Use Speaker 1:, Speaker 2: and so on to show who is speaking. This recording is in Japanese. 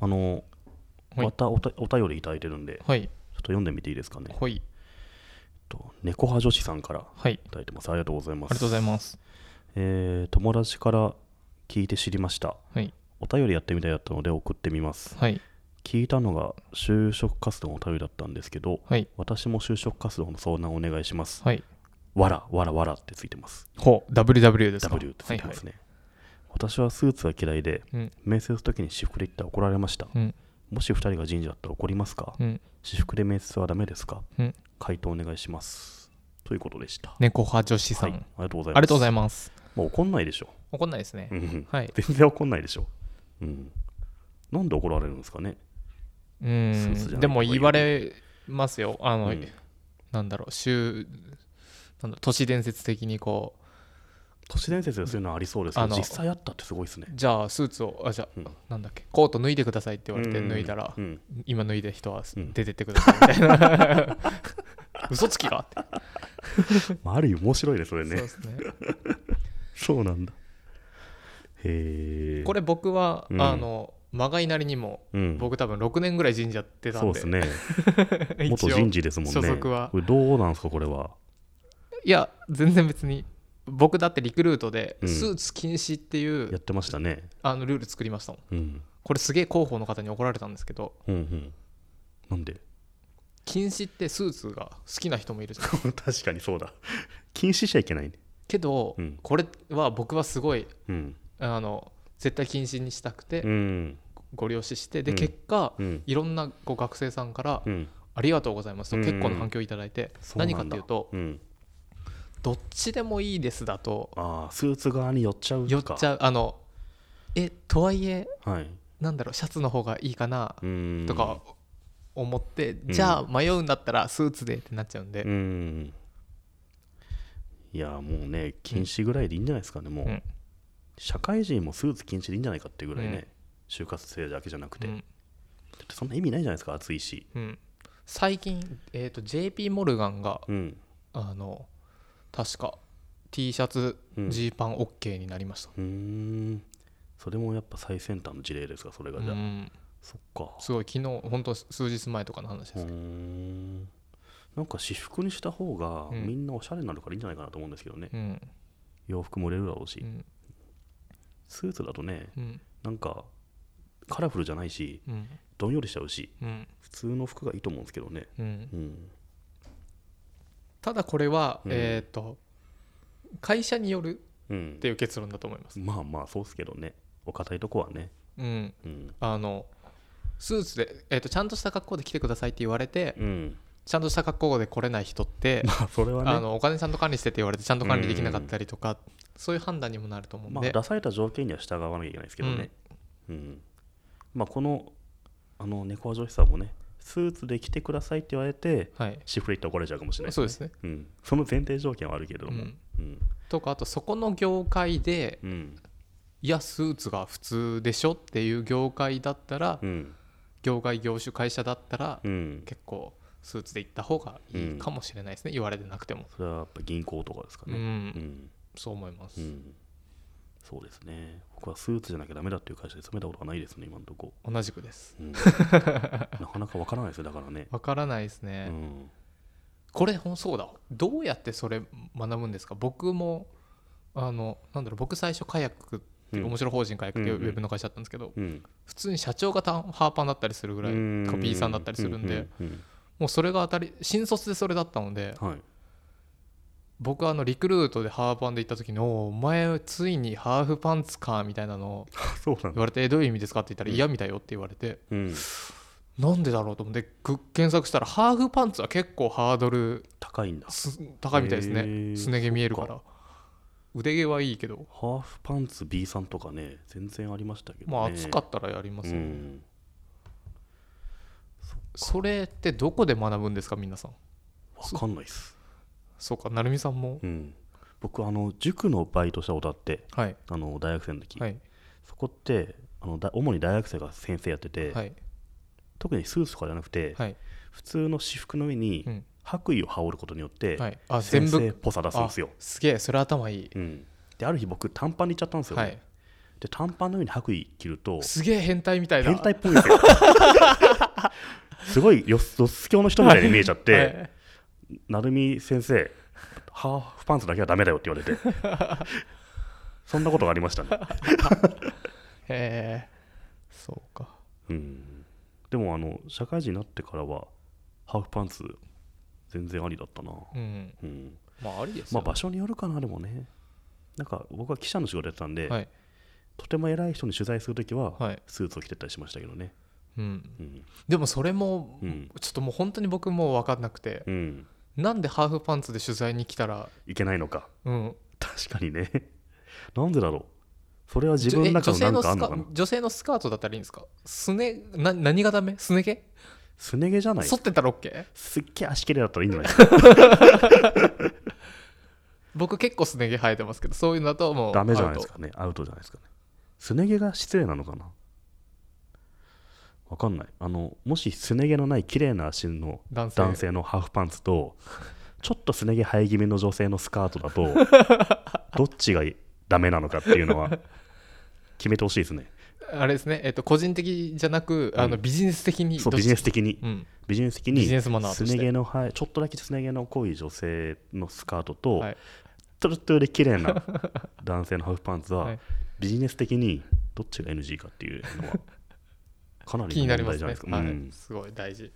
Speaker 1: あの、
Speaker 2: はい
Speaker 1: またおたお便りいただいてるんで、ちょっ
Speaker 2: はい。
Speaker 1: と読んでみていいですかね。
Speaker 2: はい。
Speaker 1: と猫派女子さんから
Speaker 2: はい。
Speaker 1: いただいてます。ありがとうござい
Speaker 2: あ
Speaker 1: ま
Speaker 2: りが
Speaker 1: す。
Speaker 2: とうございます。
Speaker 1: えー友達から聞いて知りました。
Speaker 2: はい。
Speaker 1: お便りやってみたいだったので送ってみます。
Speaker 2: はい。
Speaker 1: 聞いたのが就職活動のお便りだったんですけど、
Speaker 2: はい。
Speaker 1: 私も就職活動の相談をお願いします。
Speaker 2: はい。
Speaker 1: わら、わらわらってついてます。
Speaker 2: ほう。WW ですか。
Speaker 1: W ってついてます
Speaker 2: ね。
Speaker 1: ね。私はスーツは嫌いで、
Speaker 2: うん。
Speaker 1: 面接の時に私服で行ったら怒られました。
Speaker 2: うん。
Speaker 1: もし2人が神社だったら怒りますか、
Speaker 2: うん。
Speaker 1: 私服で面接はダメですか
Speaker 2: うん。
Speaker 1: 回答お願いします。ということでした。
Speaker 2: 猫派女子さ
Speaker 1: は
Speaker 2: ん。
Speaker 1: い、ありがとうござ
Speaker 2: あ
Speaker 1: います。
Speaker 2: りがとうござ
Speaker 1: い
Speaker 2: います。
Speaker 1: ます。もう怒んないでしょ。
Speaker 2: 怒んないですね
Speaker 1: う。ん
Speaker 2: はい。
Speaker 1: 全然怒んないでしょ。うん。なんで怒られるんですかね。
Speaker 2: う
Speaker 1: スーツじゃない
Speaker 2: ん。でも言われますよ。あの、
Speaker 1: うん
Speaker 2: なんだろう、週、なんだろう都市伝説的にこう、
Speaker 1: 都市伝説でそういうのはありそうですけ
Speaker 2: あ
Speaker 1: ど、
Speaker 2: の
Speaker 1: 実際あったってすごいですね。
Speaker 2: じゃあスーツを、あ、じゃ
Speaker 1: う
Speaker 2: あ
Speaker 1: ん、
Speaker 2: なんだっけ、コート脱いでくださいって言われて脱いだら
Speaker 1: う、ん、
Speaker 2: 今脱いだ人は
Speaker 1: うん
Speaker 2: 出てってくださいみたい な。嘘つきかって。
Speaker 1: まあ、ある意味面白いね、それ
Speaker 2: そうで
Speaker 1: ね。
Speaker 2: すね。
Speaker 1: そうなんだ。へえ。
Speaker 2: こ
Speaker 1: れ、
Speaker 2: れ僕は、
Speaker 1: うん
Speaker 2: あのまがいなりにも
Speaker 1: うん、
Speaker 2: 僕多分6年ぐらい神社ってた
Speaker 1: そ
Speaker 2: ん
Speaker 1: うで
Speaker 2: で
Speaker 1: すね。
Speaker 2: 一
Speaker 1: 元
Speaker 2: 応
Speaker 1: 人事ですもんね。
Speaker 2: 所属は
Speaker 1: これどうなんですか、これは。
Speaker 2: いや全然別に僕だってリクルートで
Speaker 1: うん
Speaker 2: スーツ禁止っていう、
Speaker 1: やってましたね。
Speaker 2: あのルール作りましたもん
Speaker 1: うん。
Speaker 2: これすげえ広報の方に怒られたんですけど
Speaker 1: うんうん。なんで
Speaker 2: 禁止ってスーツが好きな人もいるじゃ ん
Speaker 1: 確かにそうだ。禁止しちゃいけないね。
Speaker 2: けど、
Speaker 1: うん
Speaker 2: これは僕はすごい
Speaker 1: うん。
Speaker 2: あの絶対禁止にしたくて、
Speaker 1: うん。
Speaker 2: ご了承してで、
Speaker 1: うん
Speaker 2: 結果
Speaker 1: うん。
Speaker 2: いろんなこう学生さんから、
Speaker 1: うん。
Speaker 2: ありがとうございますと
Speaker 1: うん
Speaker 2: 結構な反響いただいて、
Speaker 1: そうなん
Speaker 2: 何
Speaker 1: だ
Speaker 2: かっていうと
Speaker 1: うん。
Speaker 2: どっちでもいいですだと
Speaker 1: ああ、スーツ側に寄っちゃうか。
Speaker 2: 寄っちゃうあのえとはいえ
Speaker 1: はい。
Speaker 2: なんだろうシャツの方がいいかな
Speaker 1: うん。
Speaker 2: とか思って、
Speaker 1: ん
Speaker 2: じゃあ迷うんだったらスーツでってなっちゃうんで、
Speaker 1: うん。いや、もうね、禁止ぐらいでいいんじゃないですかね、もう。
Speaker 2: うん
Speaker 1: 社会人もスーツ禁止でいいんじゃないかっていうぐらいね、
Speaker 2: うん
Speaker 1: 就活生だけじゃなくて、
Speaker 2: う
Speaker 1: だ
Speaker 2: ん
Speaker 1: ってそんな意味ないじゃないですか、暑いし。
Speaker 2: うん最近、えー、と JP モルガンが
Speaker 1: うん。
Speaker 2: あの確か T シャツ
Speaker 1: うん
Speaker 2: ジーパン OK になりました、
Speaker 1: うーん。それもやっぱ最先端の事例ですか、それがじゃあ。
Speaker 2: うん
Speaker 1: そっか。
Speaker 2: すごい昨日本当数日前とかの話です、
Speaker 1: うーんなんか私服にした方が
Speaker 2: うん
Speaker 1: みんなおしゃれになるからいいんじゃないかなと思うんですけどね、
Speaker 2: うん
Speaker 1: 洋服も売れるだろうし、
Speaker 2: うん
Speaker 1: スーツだとね
Speaker 2: うん
Speaker 1: なんかカラフルじゃないし
Speaker 2: うん
Speaker 1: どんよりしちゃうし
Speaker 2: うん
Speaker 1: 普通の服がいいと思うんですけどね
Speaker 2: うん
Speaker 1: うん
Speaker 2: ただこれは、
Speaker 1: うん
Speaker 2: えっ、と会社による
Speaker 1: うん
Speaker 2: っていう結論だと思います、
Speaker 1: まあまあそうっすけどねお堅いとこはね
Speaker 2: うん、
Speaker 1: うん
Speaker 2: あのスーツで、えー、とちゃんとした格好で来てくださいって言われて
Speaker 1: うん
Speaker 2: ちゃんとした格好で来れない人って、
Speaker 1: まあそれはね
Speaker 2: あのお金ちゃんと管理してって言われてちゃんと管理できなかったりとか、そういう判断にもなると思うん
Speaker 1: まあ
Speaker 2: で、
Speaker 1: 出された条件には従わなきゃいけないですけどねうん、まあこのあの猫派女子さんもねスーツで来てくださいって言われて
Speaker 2: はい、
Speaker 1: シフレット怒られちゃうかもしれない
Speaker 2: そうですね、
Speaker 1: うん、その前提条件はあるけれ
Speaker 2: う
Speaker 1: ども、
Speaker 2: ん、
Speaker 1: うん
Speaker 2: とかあとそこの業界で
Speaker 1: うん
Speaker 2: いやスーツが普通でしょっていう業界だったら、
Speaker 1: うん
Speaker 2: 業界業種会社だったら、
Speaker 1: うん、
Speaker 2: 結構スーツで行った方がいいかもしれないですね、言われてなくても、
Speaker 1: それはやっぱ銀行とかですか
Speaker 2: うん
Speaker 1: ね。うん
Speaker 2: そう思います、
Speaker 1: うんそうですね、僕はスーツじゃなきゃダメだっていう会社で勤めたことがないですね、今のと こ。
Speaker 2: 同じくです
Speaker 1: うんなかなかわからないですよ、だからね。
Speaker 2: わからないです
Speaker 1: う
Speaker 2: ね、
Speaker 1: ん、
Speaker 2: これほんそうだどうやってそれ学ぶんですか僕もあのなんだろう僕最初カヤックっていう
Speaker 1: うん
Speaker 2: 面白法人カヤックってい
Speaker 1: う
Speaker 2: うウ
Speaker 1: んうん
Speaker 2: ェブの会社だったんですけど
Speaker 1: うん、
Speaker 2: 普通に社長がタンハーパンだったりするぐらい
Speaker 1: うん
Speaker 2: コピーさんだったりするんで、
Speaker 1: うんうん
Speaker 2: もうそれが当たり新卒でそれだったので
Speaker 1: うんはい、
Speaker 2: 僕はあのリクルートでハーパンで行った時の「お前ついにハーフパンツか」みたいなのを
Speaker 1: そうなん
Speaker 2: 言
Speaker 1: だ。
Speaker 2: われて「えどういう意味ですか?」って言ったら「
Speaker 1: うん
Speaker 2: 嫌みだよ」って言われて
Speaker 1: うん、
Speaker 2: なんでだろうと思ってぐ検索したらハーフパンツは結構ハードル
Speaker 1: 高いんだ。
Speaker 2: す高いみたいです
Speaker 1: へ
Speaker 2: ね
Speaker 1: ー
Speaker 2: すね毛見えるか
Speaker 1: そ
Speaker 2: ら腕毛はいいけど
Speaker 1: ハーフパンツ B さんとかね、全然ありましたけどね。
Speaker 2: まあ暑かったらやります
Speaker 1: う
Speaker 2: よね、
Speaker 1: ん、
Speaker 2: それってどこで学ぶんですか皆さん
Speaker 1: わかんないです。
Speaker 2: そうか成美さんも
Speaker 1: うん、僕あの、塾のバイトしたことあって、
Speaker 2: はい
Speaker 1: あの大学生の時、
Speaker 2: はい
Speaker 1: そこってあのだ主に大学生が先生やってて、
Speaker 2: はい
Speaker 1: 特にスーツとかじゃなくて、
Speaker 2: はい
Speaker 1: 普通の私服の上に
Speaker 2: うん
Speaker 1: 白衣を羽織ることによって、
Speaker 2: はいあ全
Speaker 1: 先生
Speaker 2: 部
Speaker 1: っぽさ出すんですよ。
Speaker 2: すげえそれ頭いい
Speaker 1: うん、である日僕短パンに行っちゃったんですよね、
Speaker 2: はい
Speaker 1: で短パンの上に白衣着ると
Speaker 2: すげえ変態みたいだ
Speaker 1: 変態っぽいんです よすごいよロス教の人みたいに見えちゃって、
Speaker 2: はい
Speaker 1: 成美先生ハーフパンツだけはダメだよって言われ てそんなことがありましたね、
Speaker 2: へえそうか
Speaker 1: うん、でもあの社会人になってからはハーフパンツ全然ありだったな、
Speaker 2: うん
Speaker 1: うん、
Speaker 2: まあありです
Speaker 1: まあ
Speaker 2: よ、
Speaker 1: 場所によるかなでもねなんか僕は記者の仕事やってたんで、
Speaker 2: はい
Speaker 1: とても偉い人に取材するときは
Speaker 2: はい
Speaker 1: スーツを着てったりしましたけどね
Speaker 2: うん、
Speaker 1: うん
Speaker 2: でもそれも、
Speaker 1: うん
Speaker 2: ちょっともう本当に僕もう分かんなくて、
Speaker 1: うん
Speaker 2: なんでハーフパンツで取材に来たら、
Speaker 1: いけないのか
Speaker 2: うん、
Speaker 1: 確かにねなんでだろうそれは自
Speaker 2: じ
Speaker 1: 分
Speaker 2: ょえ
Speaker 1: の中の
Speaker 2: 女性
Speaker 1: なん
Speaker 2: の
Speaker 1: かあ
Speaker 2: ス
Speaker 1: んのかな
Speaker 2: カ女性のスカートだったらいいんですかすねな何がダメすね毛、
Speaker 1: すね毛じゃない
Speaker 2: 剃ってたら OK
Speaker 1: すっげえ足きれだったらいいんじゃないですか
Speaker 2: 僕結構すね毛生えてますけどそういうのだともう
Speaker 1: ダメじゃないです
Speaker 2: アウ
Speaker 1: かねアウトじゃないですかねすね毛が失礼なのかなわかんないあのもしすね毛のない綺麗な足の
Speaker 2: ト男性
Speaker 1: 男性のハーフパンツとちょっとすね毛生え気味の女性のスカートだ とどっちがダメなのかっていうのは決めてほしいですね
Speaker 2: あれですね、えっと個人的じゃなく、あのビジネス的に
Speaker 1: そう
Speaker 2: どっ
Speaker 1: ビ
Speaker 2: ち
Speaker 1: ジネス的に
Speaker 2: うん
Speaker 1: ビジネス的
Speaker 2: ビジネ
Speaker 1: に
Speaker 2: スマナー
Speaker 1: す
Speaker 2: とし
Speaker 1: ね
Speaker 2: て
Speaker 1: 毛の生えちょっとだけすね毛の濃い女性のスカートと、
Speaker 2: はい
Speaker 1: トゥルトゥルで綺麗な男性のハーフパンツは、
Speaker 2: はい
Speaker 1: ビジネス的にどっちが NG かっていうのはかなり
Speaker 2: 気になります
Speaker 1: じゃな
Speaker 2: ね
Speaker 1: いですか、
Speaker 2: は
Speaker 1: う
Speaker 2: い
Speaker 1: ん
Speaker 2: すごい大事